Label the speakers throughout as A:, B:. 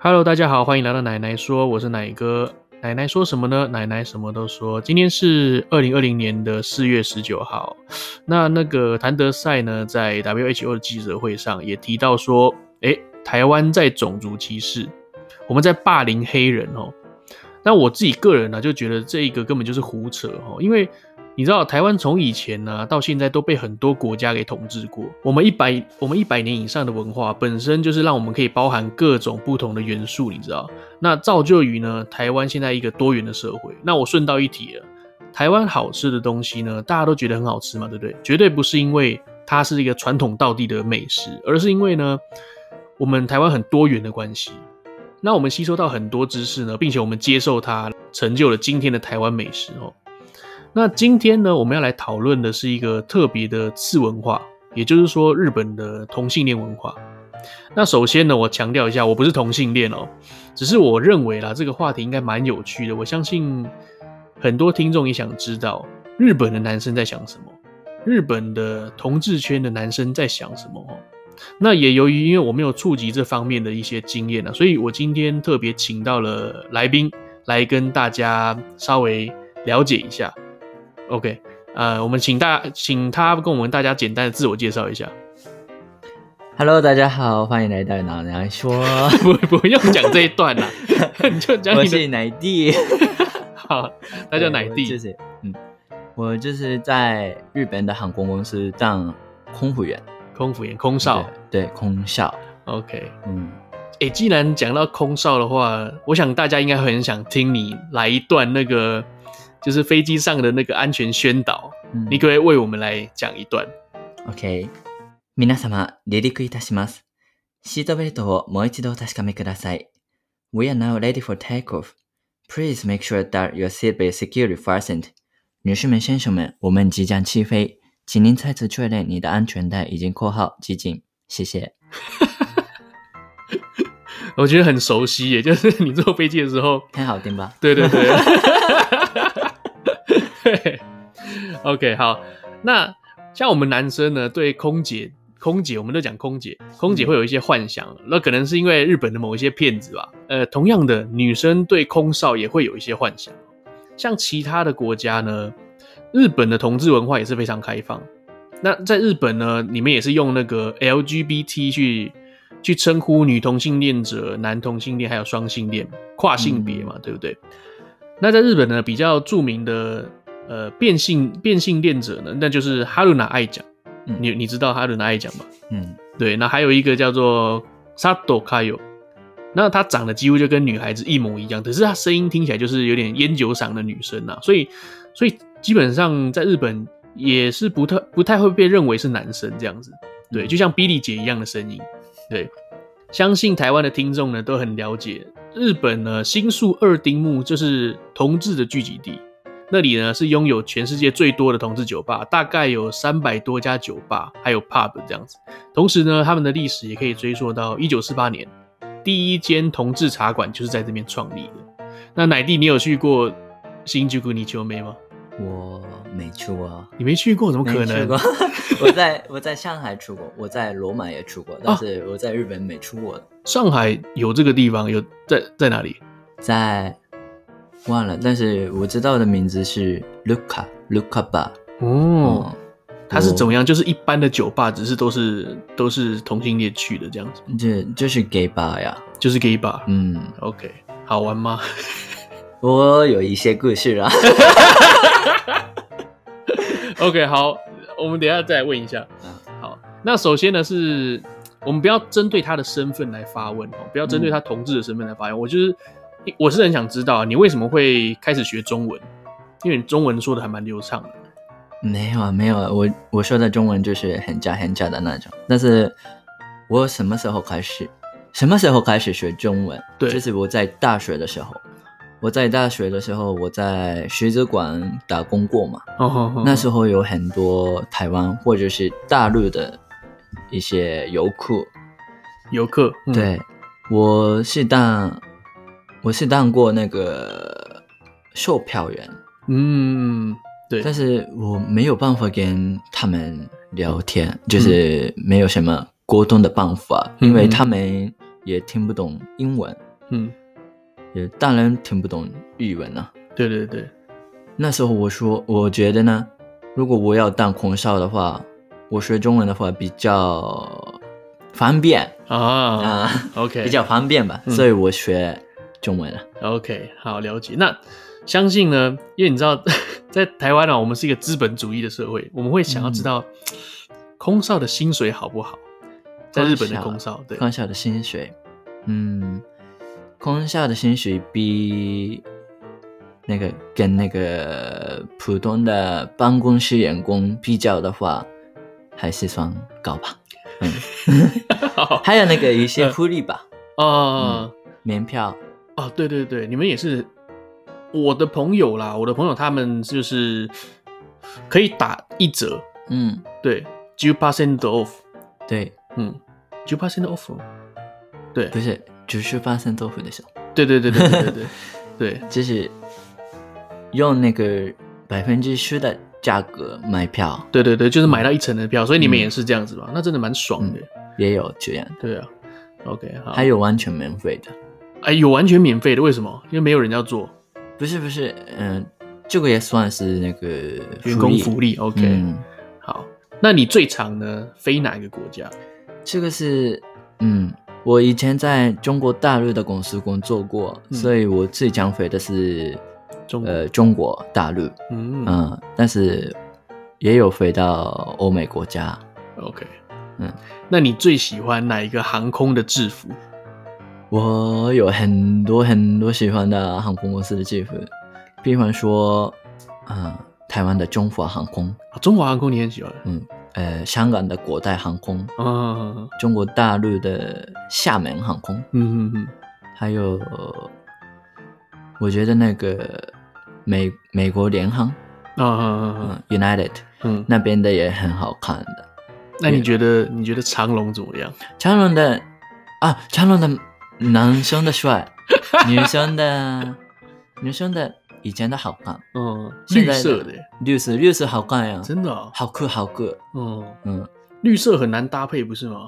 A: Hello，大家好，欢迎来到奶奶说，我是奶哥。奶奶说什么呢？奶奶什么都说。今天是二零二零年的四月十九号。那那个谭德赛呢，在 WHO 的记者会上也提到说，诶，台湾在种族歧视，我们在霸凌黑人哦。那我自己个人呢、就觉得这一个根本就是胡扯哦，因为你知道台湾从以前呢、到现在都被很多国家给统治过。我们一百我们一百年以上的文化本身就是让我们可以包含各种不同的元素，你知道？那造就于呢台湾现在一个多元的社会。那我顺道一提了，台湾好吃的东西呢，大家都觉得很好吃嘛，对不对？绝对不是因为它是一个传统道地的美食，而是因为呢我们台湾很多元的关系。那我们吸收到很多知识呢，并且我们接受它，成就了今天的台湾美食哦。那今天呢，我们要来讨论的是一个特别的次文化，也就是说日本的同性恋文化。那首先呢，我强调一下，我不是同性恋哦，只是我认为啦，这个话题应该蛮有趣的。我相信很多听众也想知道日本的男生在想什么，日本的同志圈的男生在想什么哦。那也由于因为我没有触及这方面的一些经验呢、啊所以我今天特别请到了来宾来跟大家稍微了解一下。OK，呃，我们请大请他跟我们大家简单的自我介绍一下，
B: Hello，大家好，欢迎来到奶奶说，
A: 不不用讲这一段 啦，你就讲
B: 我
A: 你
B: 是
A: 的
B: 奶 弟，
A: 好，大家奶
B: 对我就
A: 弟
B: 是嗯，我就是在日本的航空公司当空服员，
A: 空服员空少。
B: 对，对空少，
A: OK，
B: 嗯，
A: 哎、既然讲到空少的话，我想大家应该很想听你来一段那个就是飞机上的那个安全宣导。
B: 嗯
A: 你可不可以为我们来讲一段？
B: OK。皆様、離陸いたします。シートベルトをもう一度お確かめください。We are now ready for takeoff. Please make sure that your seatbelt is securely fastened. 女士们、先生们，我们即将起飞，请您再次确认你的安全带已经扣好系紧，谢谢。
A: 我觉得很熟悉耶， 就是你坐飞机的时候，
B: 很好听吧？
A: 对对 对，对，OK，好，那像我们男生呢，对空姐，空姐我们都讲空姐，空姐会有一些幻想，那可能是因为日本的某一些骗子吧。呃，同样的，女生对空少也会有一些幻想。像其他的国家呢，日本的同志文化也是非常开放。那在日本呢，你们也是用那个 LGBT 去去称呼女同性恋者、男同性恋还有双性恋、跨性别嘛，对不对？那在日本呢，比较著名的呃变性变性恋者呢，那就是哈鲁娜爱讲，
B: 嗯
A: 你你知道哈鲁娜爱讲吗？
B: 嗯
A: 对，那还有一个叫做 Sato Kayo，那她长得几乎就跟女孩子一模一样，可是她声音听起来就是有点烟酒嗓的女生啊，所以所以基本上在日本也是不太不太会被认为是男生这样子，对，就像 Billy 姐一样的声音，对，相信台湾的听众呢都很了解，日本呢新宿二丁目就是同志的聚集地。那里呢是拥有全世界最多的同志酒吧，大概有三百多家酒吧，还有 pub 这样子。同时呢，他们的历史也可以追溯到一九四八年，第一间同志茶馆就是在这边创立的。那奶弟，你有去过新居谷尼球梅吗？，
B: 嗯我没去过，
A: 你没去过，怎么可
B: 没去
A: 能
B: 过？。 我在我在上海出过，我在罗马也出过，但是我在日本没出过，
A: 上海有这个地方，有在在哪里？
B: 在忘了，但是我知道的名字是 Luca Luca 吧。
A: 哦，
B: 嗯，
A: 它是怎么样？就是一般的酒吧，只是都是都是同性恋去的这样子，
B: 嗯这就是 gay bar 呀。
A: 就是 gay bar。
B: 嗯，
A: OK，好玩吗？
B: 我哦有一些故事啊。
A: OK，好，我们等一下再问一下。
B: 嗯
A: 好，那首先呢是，我们不要针对他的身份来发问哦，不要针对
B: 嗯
A: 他同志的身份来发问。我就是，我是很想知道你为什么会开始学中文，因为你中文说的还蛮流畅的。
B: 没有啊，没有啊，我我说的中文就是很假很假的那种。但是，我什么时候开始，什么时候开始学中文？
A: 对
B: 就是我在大学的时候。我在大学的时候，我在水族馆打工过嘛。
A: 哦
B: 那时候有很多台湾或者是大陆的一些游客。
A: 游客，嗯，
B: 对，我是当我是当过那个售票员，
A: 嗯，对
B: 但是我没有办法跟他们聊天，就是没有什么沟通的办法，因为
A: 嗯
B: 他们也听不懂英文。
A: 嗯，
B: 也当然听不懂日文了、
A: 对对对，
B: 那时候我说，我觉得呢，如果我要当空少的话，我学中文的话比较方便
A: 啊
B: 啊，
A: ，OK，
B: 比较方便吧，
A: 嗯
B: 所以我学中文啊了。
A: OK，好了解。那相信呢，因为你知道，在台湾啊，我们是一个资本主义的社会，我们会想要知道、空少的薪水好不好，在日本的空少，对，
B: 空少的薪水，嗯，空少的薪水比那个跟那个普通的办公室员工比较的话，还是算高吧。嗯，
A: 好
B: 还有那个一些福利吧，
A: 哦、
B: 门票。
A: 哦，对对对，你们也是我的朋友啦，我的朋友他们就是可以打一折，
B: 嗯，
A: 对，十 percent off，
B: 对，
A: 嗯，十 percent off，对
B: 不是，只是八三豆腐的时候，
A: 对对对对对对对对，
B: 就是用那个百分之十的价格买票，
A: 对对对，就是买到一层的票，所以你们
B: 嗯
A: 也是这样子嘛？那真的蛮爽的。
B: 也有这样，
A: 对啊，OK，好。
B: 还有完全免费的。
A: 哎，有完全免费的，为什么？因为没有人要做
B: 不是不是，嗯、这个也算是那个
A: 员工
B: 福
A: 福
B: 利。
A: 利。OK，、
B: 嗯，
A: 好。那你最长呢飞哪一个国家？
B: 这个是嗯，我以前在中国大陆的公司工作过，
A: 嗯
B: 所以我最常飞的是
A: 中国。
B: 呃中国大陆，
A: 嗯
B: 嗯、但是也有飞到欧美国家。
A: o k
B: 嗯，
A: 那你最喜欢哪一个航空的制服？
B: 我有很多很多喜欢的航空公司的制服，比方说，嗯、台湾的中华航空，
A: 啊中华航空你很喜欢。
B: 嗯，呃，香港的国泰航空，
A: 啊，
B: 中国大陆的厦门航空，
A: 嗯嗯嗯，
B: 还有，我觉得那个美美国联航，
A: 啊啊啊啊
B: 嗯，United
A: 嗯。
B: 那边的也很好看的。
A: 那你觉得你觉得长龙怎么样？
B: 长隆的啊，长隆的男生的 帅，女生的女生的以前的好看，
A: 嗯，
B: 现
A: 绿
B: 在
A: 色的耶，
B: 绿色绿色好看呀，
A: 真的、哦。
B: 好酷好酷，
A: 嗯，
B: 嗯
A: 绿色很难搭配，不是吗？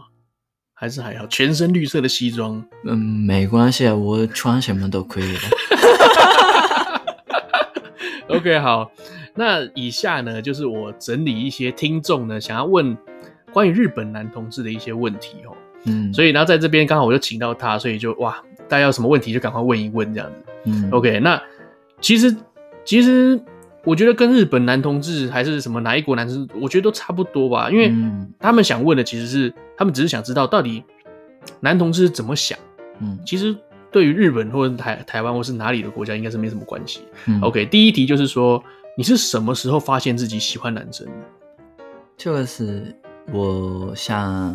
A: 还是还好，全身绿色的西装。
B: 嗯，没关系，我穿什么都可以的。
A: OK，好，那以下呢，就是我整理一些听众呢想要问关于日本男同志的一些问题哦。
B: 嗯，
A: 所
B: 以
A: 以，然后在这边刚好我就请到他，所以就哇，大家有什么问题就赶快问一问这样子。
B: 嗯
A: OK，那其实其实我觉得跟日本男同志还是什么哪一国男生，我觉得都差不多吧，因为
B: 嗯
A: 他们想问的其实是他们只是想知道到底男同志是怎么想。
B: 嗯
A: 其实对于日本或者台台湾或是哪里的国家，应该是没什么关系。
B: 嗯
A: OK，第一题就是说，你是什么时候发现自己喜欢男生的？
B: 这个是我上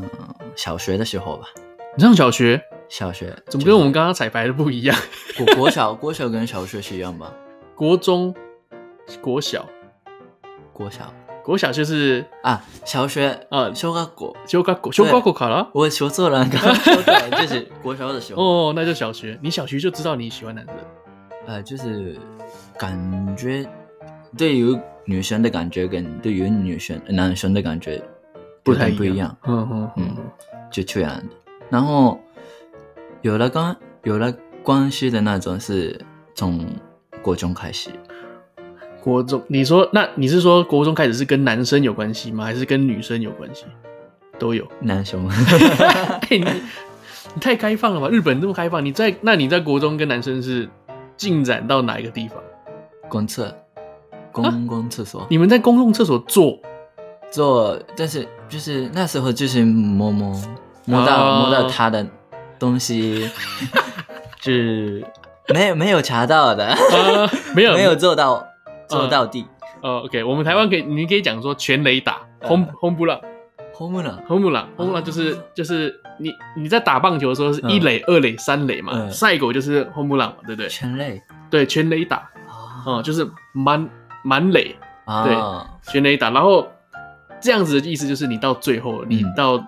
B: 小学的时候吧，
A: 你上小学，
B: 小学
A: 怎么跟我们刚刚彩排的不一样？
B: 国国小国小跟小学是一样吧？
A: 国中、国小、
B: 国小
A: 国小就是
B: 啊，小学
A: 啊
B: 小学校，
A: 小学校、小学校から。
B: 我说错了，刚刚说错了，就是国小的时候，
A: 哦，那就小学，你小学就知道你喜欢男生。
B: 呃，就是感觉对于女生的感觉跟对于女生男生的感觉
A: 不
B: 有点
A: 太
B: 不一
A: 一
B: 样，
A: 嗯嗯嗯，
B: 就这样的。然后有了刚有了关系的那种是从国中开始。
A: 国中，你说那你是说国中开始是跟男生有关系吗？还是跟女生有关系？都有。
B: 男生，
A: 哎，你你太开放了吧？日本这么开放，你在那你在国中跟男生是进展到哪一个地方？
B: 公厕，公共厕所，
A: 你们在公共厕所坐
B: 做，但是就是那时候就是摸摸摸
A: 哦
B: 到、摸到他的 东西，是没有没有查到的，
A: 啊？ 没有
B: 呃
A: 嗯
B: 没有做到做到地。
A: 哦，OK，我们台湾可以，你可以讲说全雷打，
B: 嗯
A: 轰轰不浪，
B: 后面呢？
A: 轰不浪，轰不浪就是就是你你在打棒球的时候是一垒、二垒、三垒嘛，
B: 嗯
A: 赛狗就是轰不浪嘛，对不对？
B: 全累
A: 对，全垒打，
B: 啊
A: 哦、就是满满垒
B: 啊！
A: 全垒打，然后这样子的意思就是你到最后，你
B: 嗯
A: 到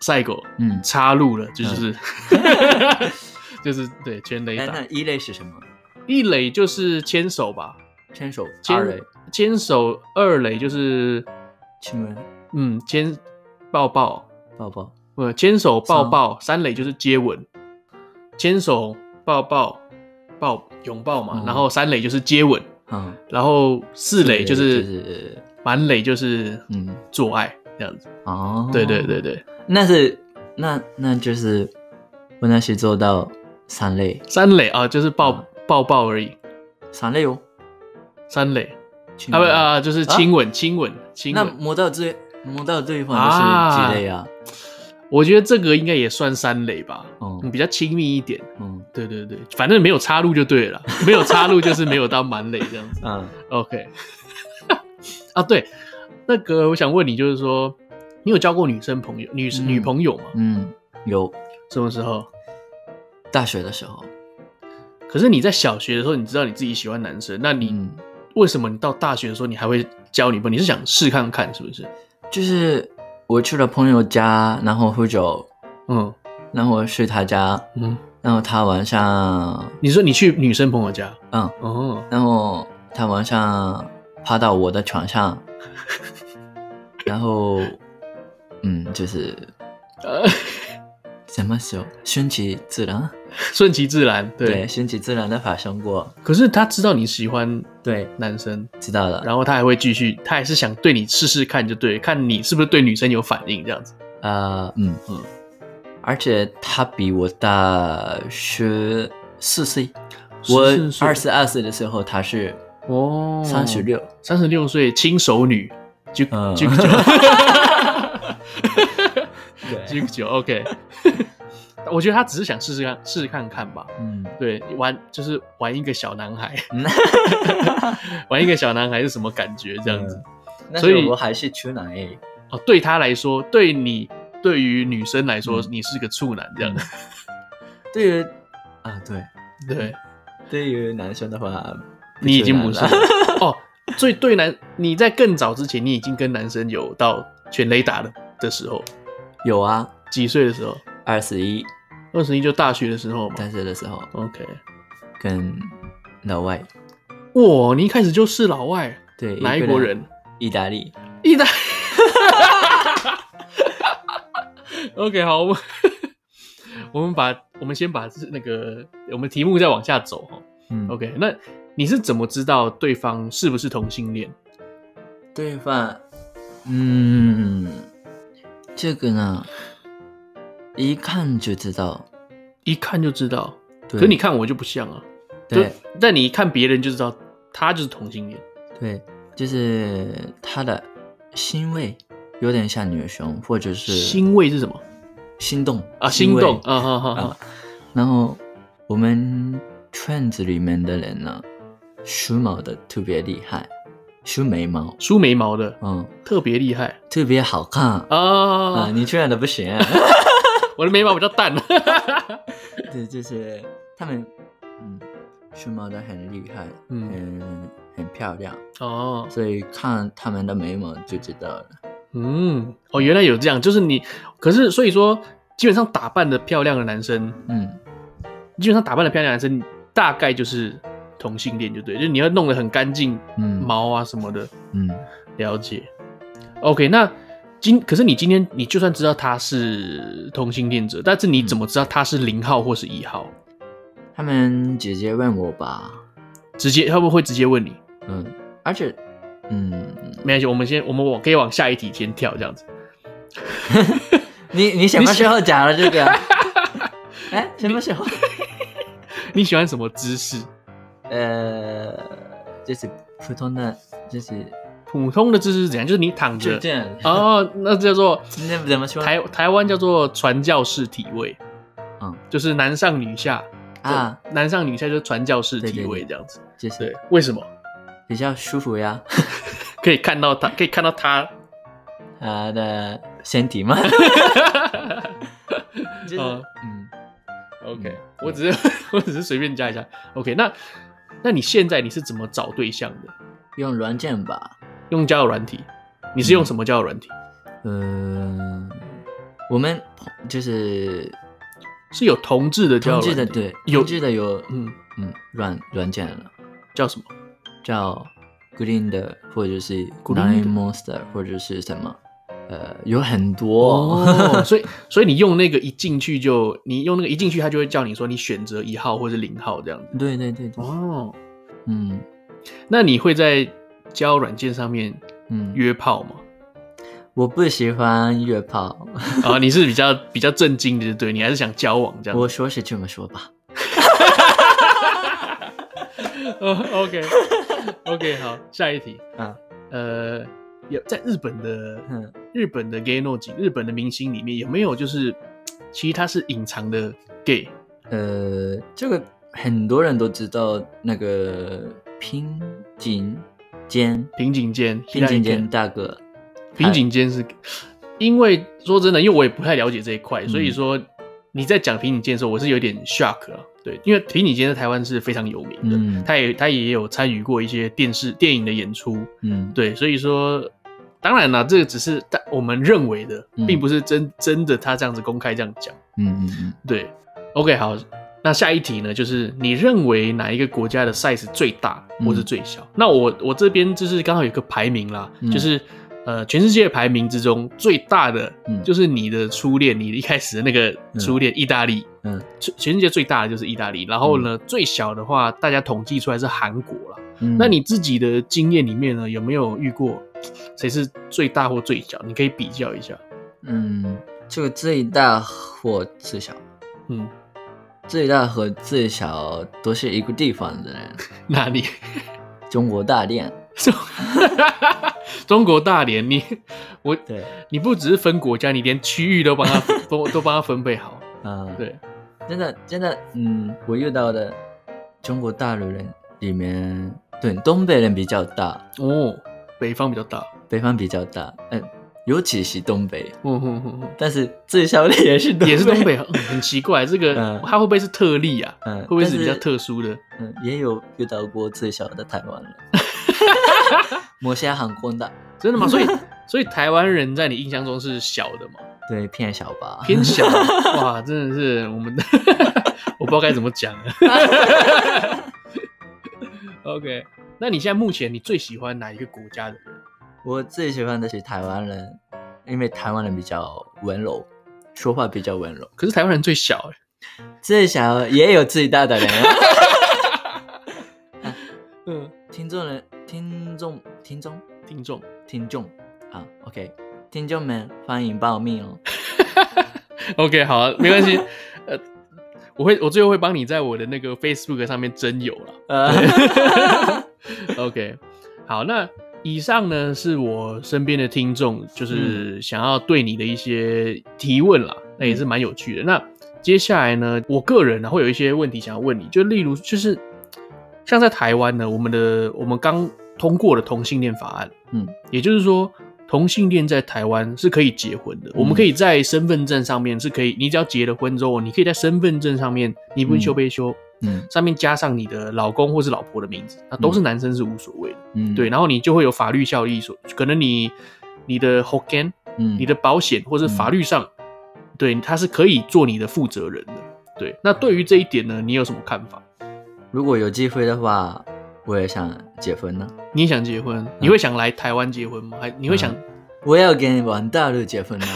A: 赛狗
B: 嗯，
A: 插入了，这就是、 就是对全垒
B: 哎，
A: 打
B: 那，一类是什么？
A: 一垒就是牵手吧，
B: 牵手。
A: 牵
B: 二类
A: 牵手，二垒就是
B: 亲吻、
A: 嗯牵抱抱，
B: 抱抱。
A: 呃牵手抱抱，三垒就是接吻，牵手抱抱抱拥抱嘛，
B: 嗯
A: 然后三垒就是接吻，
B: 嗯，
A: 然后四垒就
B: 就是是
A: 满垒就是
B: 嗯
A: 做爱这样子。
B: 哦，
A: 对对对对，
B: 那是那那就是不能去做到三类，
A: 三垒啊就是抱抱抱而已，
B: 三类哦。
A: 三垒
B: 去
A: 啊不
B: 摸
A: 啊就是亲吻亲吻亲
B: 那
A: 吻。
B: 摸到对摸到对方就是几类啊？
A: 我觉得这个应该也算三垒吧，嗯
B: 嗯
A: 比较亲密一点。
B: 嗯
A: 对对对，反正没有插入就对了啦，没有插入就是没有到满垒这样子。
B: 嗯
A: OK，啊对，那个我想问你，就是说你有交过女生朋友、女、
B: 嗯
A: 女朋友吗？
B: 嗯，有
A: 什么时候？
B: 大学的时候，
A: 可是你在小学的时候，你知道你自己喜欢男生，那你、
B: 嗯，
A: 为什么你到大学的时候你还会交女朋友？你是想试看看是不是？
B: 就是我去了朋友家，然后喝酒，
A: 嗯
B: 然后我去他家，
A: 嗯，
B: 然后他晚上，
A: 你说你去女生朋友家，
B: 嗯，
A: 哦，
B: 然后他晚上趴到我的床 上，然后，嗯，就是
A: 呃，
B: 怎么说，顺其自然，
A: 顺其自然，对。
B: 对，顺其自然的发生过，
A: 可是他知道你喜欢
B: 对，
A: 男生，
B: 知道了，
A: 然后他还会继续，他还是想对你试试看，就对，看你是不是对女生有反应这样子。
B: 呃，嗯
A: 嗯
B: 嗯，而且他比我大十四岁，我
A: 14岁
B: 二十二岁的时候他是
A: 哦，
B: 三十，六，
A: 三十六岁轻熟女，就
B: 嗯
A: 就 九，
B: 对，
A: 就九，OK。我觉得他只是想试试看，试试看看吧。
B: 嗯，
A: 对，玩就是玩一个小男 孩，玩一个小男孩是什么感觉？这样子、
B: 那
A: 所
B: 时
A: 以
B: 候我还是处男诶，
A: 哦，对他来说，对你，对于女生来说，
B: 嗯
A: 你是个处男这样。
B: 对于啊对，
A: 对，
B: 对于男生的话，
A: 你已经不是
B: 处男了
A: 了哦。所以对男，你在更早之前，你已经跟男生有到全雷打的的时候，
B: 有啊，
A: 几岁的时候？
B: 二十一
A: 二十一就大学的时候嘛。
B: 大学的时候
A: OK，
B: 跟老外，
A: 哇，你一开始就是老外，
B: 对，
A: 哪一
B: 个
A: 国人？？
B: 意大利，
A: 意大。OK，好，我们 我们把我们先把那个我们题目再往下走哦。
B: 嗯
A: OK，那你是怎么知道对方是不是同性恋？
B: 对吧？嗯，这个呢，一看就知道。
A: 一看就知道，
B: 对
A: 可你看我就不像啊。
B: 对
A: 就，但你一看别人就知道他就是同性恋。
B: 对，就是他的腥味有点像女生，或者是
A: 欣慰是什么
B: 心动
A: 啊？心
B: 味
A: 动啊，哈哈
B: 啊
A: 哈。
B: 然后我们圈子里面的人呢，梳毛的特别厉害，梳眉毛，
A: 梳眉毛的
B: 嗯，
A: 特别厉害
B: 特别好看啊！
A: 啊！
B: 你这样的不行、啊。
A: 我的眉毛比较淡。
B: 对，就是他们，嗯，梳毛的很厉害，
A: 嗯
B: 嗯，很漂亮，
A: 哦，
B: 所以看他们的眉毛就知道了。
A: 嗯，哦，原来有这样，就是你，可是所以说，基本上打扮的漂亮的男生，
B: 嗯，
A: 基本上打扮的漂亮的男生，大概就是同性恋，就对，就是你要弄得很干净，
B: 嗯
A: 毛啊什么的，
B: 嗯，
A: 了解。OK，那今可是你今天你就算知道他是同性恋者，但是你怎么知道他是零号或是一号？
B: 他们直接问我吧，
A: 直接他们会直接问你，
B: 嗯，而且，嗯，
A: 没关系，我们先我们往可以往下一题先跳这样子。
B: 你你什么时候讲了这个？哎，什么时候？
A: 你喜欢什么姿势？
B: 呃，就是普通的，就是
A: 普通的姿势是怎样？就是你躺
B: 就
A: 着
B: 这。样。
A: 哦，那叫做
B: 那怎么说？
A: 台台湾叫做传教士体位，
B: 嗯
A: 就是男上女下
B: 啊，，
A: 就男上女下就是传教士
B: 对对
A: 体位
B: 对
A: 这样子。
B: 就是
A: 为什么
B: 比较舒服呀，
A: 可以看到他？可以看到他，
B: 他的身体嘛。 就是
A: 嗯
B: 嗯，
A: OK，、
B: 嗯
A: 我只是 我只是随便加一下。OK，那那你现在你是怎么找对象的？
B: 用软件吧。
A: 用交友软体？你是用什么交友软体？
B: 嗯，我们就是
A: 是有同志的交
B: 同
A: 友
B: 志
A: 软
B: 的
A: 体
B: 对，
A: 有
B: 同志的有
A: 嗯，
B: 嗯软软件了，
A: 叫什么？
B: 叫 Green 的或者是
A: Green 的
B: Nine Monster 或者是什么呃，有很多，
A: 哦， 所以所以你用那个一进去就，你用那个一进去，它就会叫你说你选择一号或是零号这样子。
B: 对对对对，
A: 哦，
B: 嗯
A: 那你会在交友软件上面
B: 嗯，
A: 约炮吗？
B: 我不喜欢约炮，
A: 啊，你是比较比较震惊的，就是对你还是想交往这样
B: 我
A: 子。
B: 说是这么说吧，
A: OK OK，好，下一题。
B: 嗯
A: 呃，有在日本的
B: 嗯，
A: 日本的 gay no 景，日本的明星里面有没有就是其实他是隐藏的 gay？
B: 呃，这个很多人都知道那个平井坚，
A: 平井坚，
B: 平井
A: 平
B: 坚大哥，
A: 平
B: 哎
A: 井坚是，因为说真的，因为我也不太了解这一块，
B: 嗯
A: 所以说你在讲平井坚的时候，我是有点 shock 啊。对，因为平井坚在台湾是非常有名的，
B: 嗯
A: 他也他也有参与过一些电视电影的演出，
B: 嗯，
A: 对，所以说。当然啦，这个只是但我们认为的，
B: 嗯
A: 并不是真真的他这样子公开这样讲。
B: 嗯嗯嗯，
A: 对，OK，好，那下一题呢，就是你认为哪一个国家的 size 最大或是最小？那我我这边就是刚好有个排名啦，
B: 嗯
A: 就是呃，全世界的排名之中最大的
B: 嗯
A: 就是你的初恋，你一开始的那个初恋，意大利。
B: 嗯
A: 全全世界最大的就是意大利，然后呢，最小的话，大家统计出来是韩国啦。
B: 嗯
A: 那你自己的经验里面呢，有没有遇过谁是最大或最小？你可以比较一下。
B: 嗯，这个最大或最小，
A: 嗯，
B: 最大和最小都是一个地方的人，
A: 那你
B: 中国大 连。
A: 中 中国大连，你我
B: 对，
A: 你不只是分国家，你连区域都帮他 都都帮他分配好。
B: 嗯，
A: 对，
B: 真的真的，嗯，我遇到的中国大陆人里面，对东北人比较大，
A: 哦，北方比较大。
B: 北方比较大，嗯、尤其是东北，
A: 嗯哼哼哼，
B: 但是最小的也是东
A: 也是东 北，嗯很奇怪，这个
B: 嗯
A: 它会不会是特例啊？
B: 嗯，
A: 会不会是比较
B: 但
A: 特殊的？
B: 嗯，也有遇到过最小的台 湾人，某些航空的，
A: 真的吗？ 所以所以台湾人在你印象中是小的嘛，
B: 对，偏小吧，
A: 偏小。啊哇，真的是我们 的，我不知道该怎么 讲。OK，那你现在目前你最喜欢哪一个国家的人？
B: 我最喜欢的是台湾人，因为台湾人比较温柔，说话比较温柔。
A: 可是台湾人最小哎、
B: 最小也有最大的人，啊
A: 嗯，
B: 听众人，听众，听众，
A: 听众，
B: 听众啊，OK，听众们欢迎报名哦。
A: OK，好、啊，没关系。 呃，我会，我最后会帮你在我的那个 Facebook 上面征友了。
B: 呃，
A: OK，好，那以上呢是我身边的听众，就是想要对你的一些提问啦，那也是蛮有趣的。那接下来呢，我个人呢会有一些问题想要问你，就例如就是像在台湾呢，我们的我们刚通过的同性恋法案，
B: 嗯，
A: 也就是说。同性恋在台湾是可以结婚
B: 嗯
A: 的，我们可以在身份证上面是可以，你只要结了婚之后，你可以在身份证上面，你不
B: 嗯
A: 是修被修，
B: 嗯
A: 上面加上你的老公或是老婆的名字，那都是男生是无所谓的。
B: 嗯，
A: 对，，然后你就会有法律效力所，可能你你的 h o k a n
B: 嗯，
A: 你的保险或是法律上，对他是可以做你的负责人的。对，那对于这一点呢，你有什么看法？
B: 如果有机会的话，我也想结婚呢。
A: 你也想结婚？你会想来台湾结婚吗？还你会想？
B: 我要跟王大陆 结婚呢，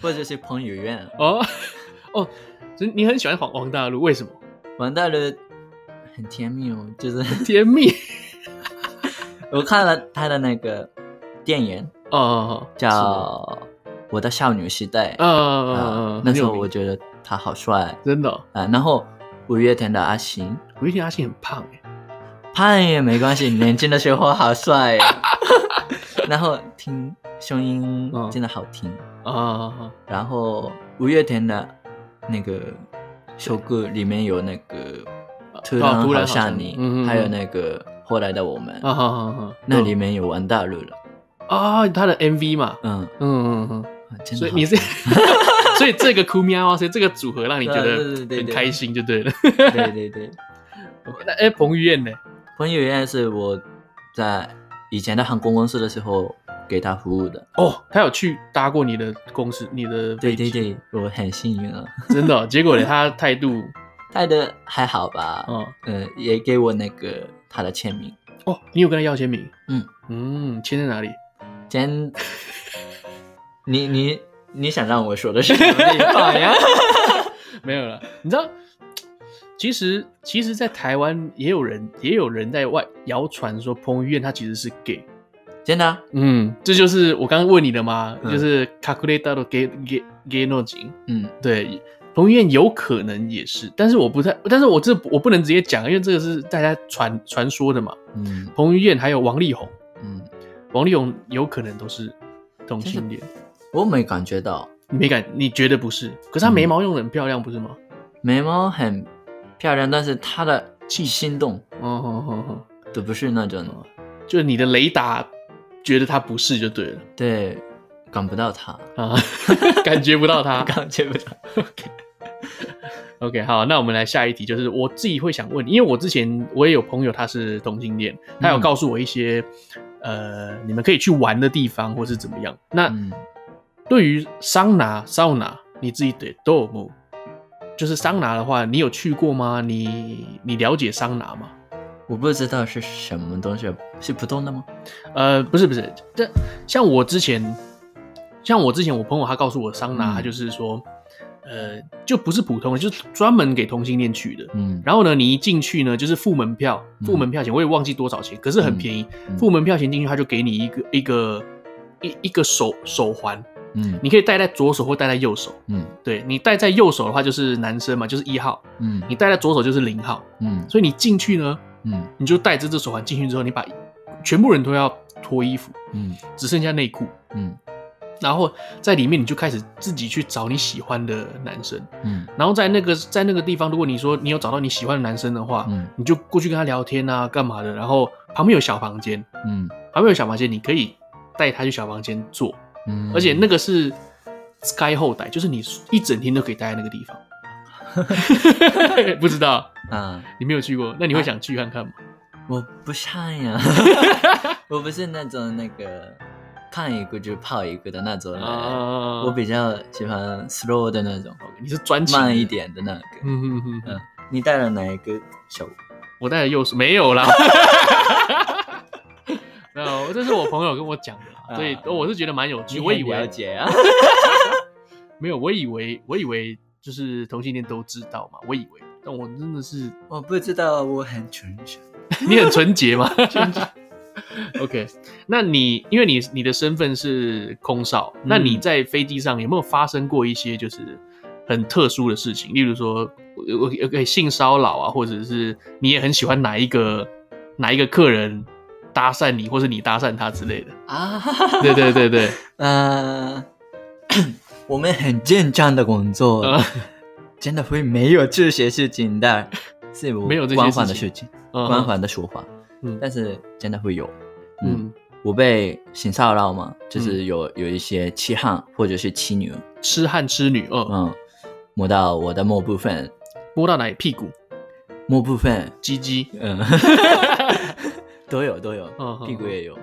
B: 或者是彭于晏。啊
A: 哦哦，所以你很喜欢黄黄大陆，为什么？
B: 王大陆很甜蜜哦，就是
A: 甜蜜
B: 我看了他的那个电影
A: 哦哦，哦
B: 叫《我的少女时代》
A: 嗯嗯嗯嗯
B: 啊
A: 嗯，
B: 那时候
A: 很有
B: 我
A: 名
B: 觉得他好帅
A: 真的哦，
B: 啊。然后五月天的阿信，
A: 我一听阿信很胖哎，
B: 胖也没关系，年轻的时候好帅呀。 然后听声音
A: 嗯
B: 真的好听，
A: 啊啊啊
B: 然后五月天的那个首歌里面有那个
A: 啊
B: 突然
A: 突然
B: 好
A: 好
B: 想
A: 想
B: 你，
A: 嗯嗯嗯
B: 还有那个后来的我们，
A: 啊啊啊啊，
B: 那里面有王大陆了，
A: 啊，他的 MV 嘛，
B: 嗯，
A: 嗯嗯
B: 啊真
A: 嗯，所
B: 的
A: 以
B: 好
A: 你是，所以这个哭喵啊，所以这个组合让你觉
B: 对啊
A: 得
B: 对对对
A: 很
B: 对
A: 开心就对了。
B: 对对对，
A: 那哎，彭于晏呢？
B: 彭于晏是我在以前的航空公司的时候给他服务的，
A: 哦，他有去搭过你的公司，你的
B: 对
A: 飞
B: 对
A: 机，
B: 对，我很幸运啊，
A: 真的哦。结果呢，他态度，
B: 他的还好吧，
A: 哦
B: 嗯，也给我那个他的签名，
A: 哦，你有跟他要签名？
B: 嗯
A: 嗯，签在哪里？
B: 真，你你你想让我说的是什么地 方呀？
A: 没有了。你知道，其实其实，在台湾也有人也有人在外谣传说彭于晏他其实是 gay。
B: 真的啊，
A: 嗯，这就是我刚刚问你的嘛，
B: 嗯
A: 就是卡库雷达的 gay gay gay 诺金。
B: 嗯
A: 对，彭于晏有可能也是，但是我不太，但是我这我不能直接讲，因为这个是大家传传说的嘛。
B: 嗯
A: 彭于晏还有王力宏，
B: 嗯，
A: 王力宏有可能都是同性恋，
B: 我没感觉到
A: 你没感，你觉得不是？可是他
B: 嗯
A: 眉毛用的很漂亮，不是吗？
B: 眉毛很漂亮，但是她的
A: 气质
B: 心动
A: 哦哦哦哦，
B: 都不是那种，
A: 就是你的雷达觉得他不是就对了
B: 对，感不到她，
A: 啊， 感觉不到 他。
B: 感觉不 到。
A: OK，好，那我们来下一题，就是我自己会想问你，因为我之前我也有朋友他是同性恋，他有告诉我一些、呃你们可以去玩的地方或是怎么样。那、
B: 嗯，
A: 对于桑拿、桑拿，你自己得豆母，就是桑拿的话，你有去过吗？你你了解桑拿吗？
B: 我不知道是什么东西，是普通的吗？
A: 呃，不是不是，这像我之前，像我之前我朋友他告诉我桑拿，
B: 嗯
A: 他就是说，呃，就不是普通的，就是专门给同性恋去的。
B: 嗯，
A: 然后呢，你一进去呢，就是付门票，
B: 嗯
A: 付门票钱我也忘记多少钱，可是很便宜。
B: 嗯
A: 付门票钱进去，他就给你一个一个一一个手手环，
B: 嗯
A: 你可以戴在左手或戴在右手。
B: 嗯
A: 对你戴在右手的话就是男生嘛，就是一号；
B: 嗯
A: 你戴在左手就是零号。
B: 嗯
A: 所以你进去呢，
B: 嗯
A: 你就戴着这手环进去之后，你把全部人都要脱衣服，
B: 嗯
A: 只剩下内裤，
B: 嗯
A: 然后在里面你就开始自己去找你喜欢的男生。
B: 嗯
A: 然后在那个在那个地方，如果你说你有找到你喜欢的男生的话，
B: 嗯
A: 你就过去跟他聊天啊，干嘛的？然后旁边有小房间，
B: 嗯
A: 旁边有小房间，你可以带他去小房间坐，
B: 嗯，
A: 而且那个是 Sky 后台，就是你一整天都可以待在那个地 方。不知道
B: 啊，
A: 你没有去过，那你会想去看看吗？
B: 我不善呀， 我不是那种那个看一个就泡一个的那种人，
A: 啊，
B: 哎我比较喜欢 slow 的那种，
A: 你是专情
B: 慢一。点的那个。
A: 嗯哼哼哼，
B: 你带了哪一个手？
A: 我带的右手没有啦。 没有，这是我朋友跟我讲的啦，
B: 啊
A: 所以哦我是觉得蛮有趣。
B: 你
A: 我
B: 很
A: 以
B: 了
A: 为
B: 解啊，
A: 没有，我以为我以为就是同性恋都知道嘛，我以为，但我真的是
B: 我不知道，我很纯纯。
A: 你很纯洁嘛。OK，那你因为你你的身份是空少，那你
B: 嗯
A: 在飞机上有没有发生过一些就是很特殊的事情？例如说，我我我性骚扰啊，或者是你也很喜欢哪一个哪一个客人搭讪你，或是你搭讪他之 类的？
B: 啊，
A: 对对 对对，
B: 呃，我们很正常的工作，
A: 啊
B: 真的会没有这些事情的，是 我
A: 没有这些
B: 光环的
A: 事
B: 事情，
A: 嗯
B: 光环的说法，
A: 嗯
B: 但是真的会有。嗯，
A: 嗯，
B: 我被性骚扰嘛，就是有、有一些痴汉或者是痴女，
A: 痴汉痴女，嗯，
B: 嗯，摸到我的某部分，
A: 摸到哪里？屁股、
B: 某部分，
A: 鸡鸡，
B: 嗯， 都有都有
A: 嗯嗯，
B: 屁股也有，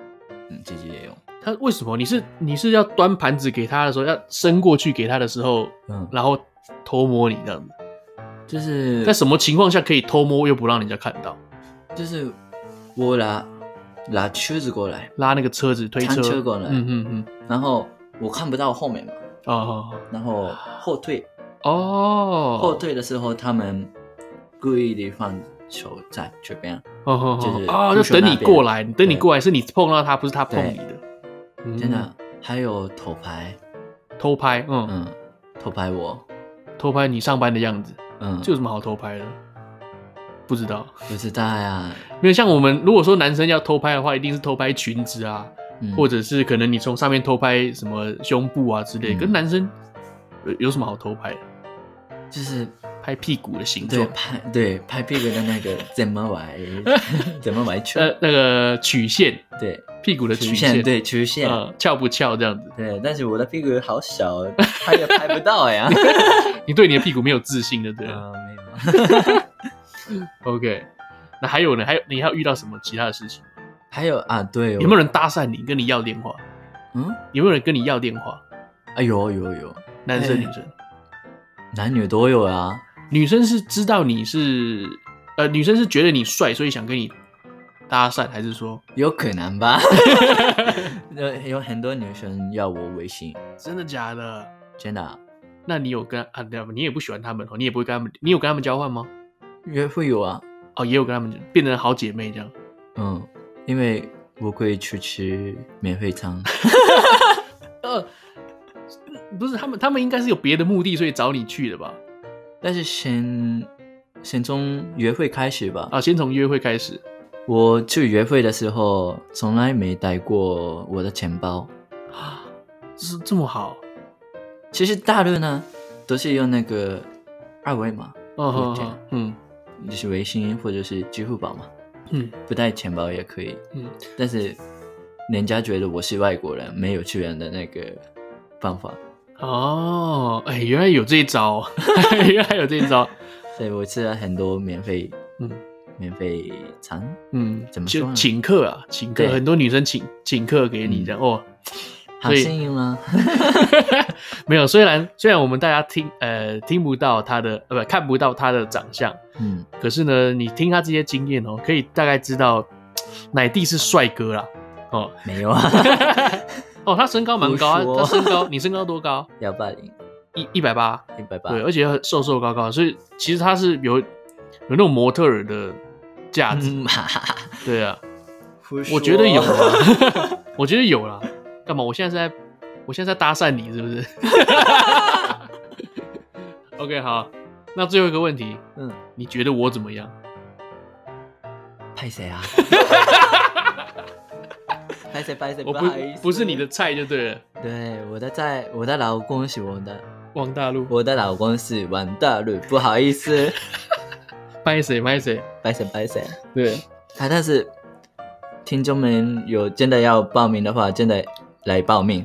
B: 嗯，鸡鸡也有，
A: 他为什么？你是你是要端盘子给他的时候，要伸过去给他的时候，
B: 嗯，
A: 然后偷摸你这样子？
B: 就是
A: 在什么情况下可以偷摸又不让人家看到？
B: 就是我拿拿车子过来，
A: 拉那个车子推车，
B: 铲车过来
A: 嗯嗯嗯，
B: 然后我看不到后面嘛，
A: 哦
B: 然后后退，
A: 哦，
B: 后退的时候他们故意的放手在这边，
A: 哦哦
B: 就是
A: 哦，
B: 助
A: 就
B: 手
A: 等
B: 那
A: 你
B: 边
A: 过来，等你
B: 对
A: 过来是你碰到他，不是他碰你的，嗯
B: 真的，还有偷拍，
A: 偷拍，嗯，
B: 嗯，偷拍我，
A: 偷拍你上班的样子，
B: 嗯，
A: 这有什么好偷拍的？不知道，
B: 不知道呀，
A: 没有像我们如果说男生要偷拍的话，一定是偷拍裙子啊，
B: 嗯
A: 或者是可能你从上面偷拍什么胸部啊之类，
B: 嗯
A: 跟男生有有什么好偷拍的？
B: 就是
A: 拍屁股的形
B: 对
A: 状，
B: 拍对拍屁股的 那个怎么玩，怎么玩球，
A: 呃，那个曲线，
B: 对，
A: 屁股的曲
B: 曲线对曲线，
A: 呃，翘不翘这样子？
B: 对，但是我的屁股好小，拍也拍不到呀，
A: 你对你的屁股没有自信的， 对了
B: 啊，没有。 嗯
A: OK，那还有呢？还有你还有遇到什么其他的事情？
B: 还有啊，对，
A: 有没有人搭讪你，跟你要电话？
B: 嗯？
A: 有没有人跟你要电话？
B: 啊，有有有，
A: 男生
B: 哎
A: 女生？
B: 男女都有啊。
A: 女生是知道你是呃，女生是觉得你帅，所以想跟你搭讪，还是说
B: 有可能吧？有有很多女生要我微信，
A: 真的假的？
B: 真的啊
A: 那你有跟啊？对你也不喜欢他们哦，你也不会跟他们，你有跟他们交换吗？
B: 也会有啊。
A: 哦，也有跟他们变成好姐妹这样。
B: 嗯，因为我会去吃免费餐。
A: 呃，不是他们，他们应该是有别的目的，所以找你去的吧？
B: 但是先先从约会开始吧。
A: 啊，先从约会开始。
B: 我去约会的时候，从来没带过我的钱包。
A: 是这么好？
B: 其实大陆呢，都是用那个二维码，
A: 哦，
B: 我
A: 好
B: 这样
A: 好嗯
B: 就是微信或者是支付宝嘛，
A: 嗯
B: 不带钱包也可以。
A: 嗯，
B: 但是人家觉得我是外国人，没有去人的那个办法，
A: 哦，哎、原来有这一招， 原来有这一招。
B: 所以我吃了很多免费
A: 嗯
B: 免费餐。
A: 嗯，
B: 怎么说
A: 就
B: 呢
A: 请客啊，请客，
B: 对嗯
A: 很多女生请请客给你这样、哦。
B: 好
A: 所以
B: 幸运啊！
A: 没有，虽然虽然我们大家听呃听不到他的呃不看不到他的长相，
B: 嗯，
A: 可是呢，你听他这些经验哦，可以大概知道奶弟是帅哥啦。哦
B: 没有啊，
A: 哦，他身高蛮高啊，
B: 胡
A: 他
B: 说
A: 身高你身高多高？
B: 幺八零
A: 一一百八，
B: 一百八
A: 对，，而且很瘦瘦高高，所以其实他是有有那种模特儿的价值，
B: 嗯哈哈哈
A: 对啊，
B: 胡说
A: 我觉得有啊，我觉得有啦。干嘛？我现在是在，我现在在搭讪你，是不 是？OK，好，那最后一个问题，
B: 嗯，
A: 你觉得我怎么样？
B: 拍谁啊？拍谁拍谁？
A: 我
B: 不好意思
A: 不不是你的，菜就对了，
B: 对，我的在，我的老公是我的，
A: 王大陆，
B: 我的老公是王大陆，不好意思，
A: 拍谁拍谁，
B: 拍谁拍谁。
A: 对，
B: 啊，但是听众们有真的要报名的话，真的来报名。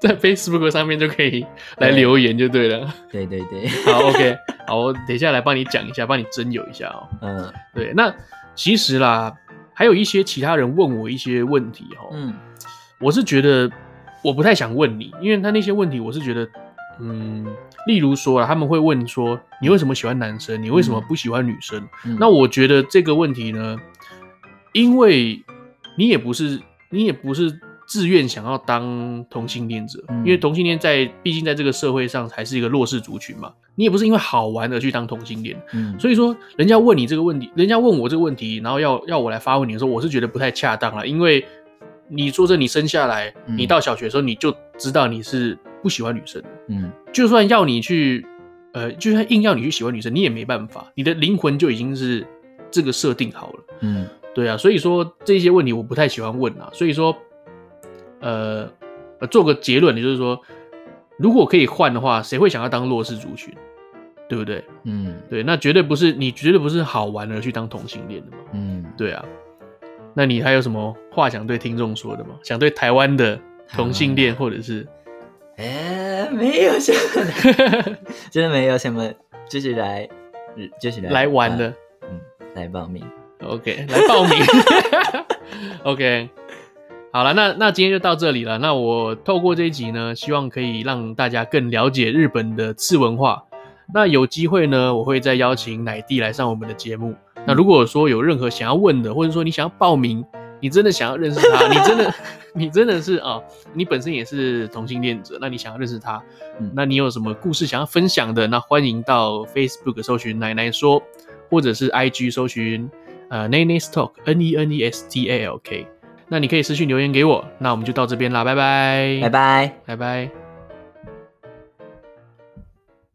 A: 在 Facebook 上面就可以来
B: 对
A: 留言就对了。
B: 对对对，
A: 好，OK，好，我等一下来帮你讲一下，帮你征友一下哦。
B: 嗯
A: 对，那其实啦，还有一些其他人问我一些问题哦，
B: 嗯
A: 我是觉得我不太想问你，因为他那些问题，我是觉得，嗯，例如说啊，他们会问说你为什么喜欢男生，你为什么不喜欢女生？
B: 嗯，
A: 那我觉得这个问题呢，因为你也不是你也不是自愿想要当同性恋者，
B: 嗯
A: 因为同性恋在毕竟在这个社会上还是一个弱势族群嘛，你也不是因为好玩而去当同性恋，
B: 嗯
A: 所以说，人家问你这个问题，人家问我这个问题，然后要要我来发问你的时候，我是觉得不太恰当了，因为你说这你生下来，
B: 嗯
A: 你到小学的时候你就知道你是不喜欢女生的，
B: 嗯
A: 就算要你去，呃，就算硬要你去喜欢女生，你也没办法，你的灵魂就已经是这个设定好了。
B: 嗯
A: 对啊，所以说这些问题我不太喜欢问啊。所以说，呃，呃做个结论，也就是说，如果可以换的话，谁会想要当弱势族群？对不对？
B: 嗯
A: 对，那绝对不是你绝对不是好玩而去当同性恋的嘛。
B: 嗯，
A: 对啊，那你还有什么话想对听众说的吗？想对台湾的同性恋或者是
B: 哎，没有什么， 真的没有什么，就是来就是来
A: 来玩的、
B: 嗯，来报名。
A: o k 来报名 ，OK。好了，那那今天就到这里了。那我透过这一集呢，希望可以让大家更了解日本的次文化。那有机会呢，我会再邀请奶弟来上我们的节目。那如果说有任何想要问的，或者说你想要报名，你真的想要认识他，你真 的，你真的是啊、你本身也是同性恋者，那你想要认识他，
B: 嗯
A: 那你有什么故事想要分享的？那欢迎到 Facebook 搜寻奶奶说，或者是 IG 搜寻呃 Nenes Talk N E N E S T A L K。那你可以私信留言给我，那我们就到这边啦，拜拜，
B: 拜，拜。
A: 拜拜。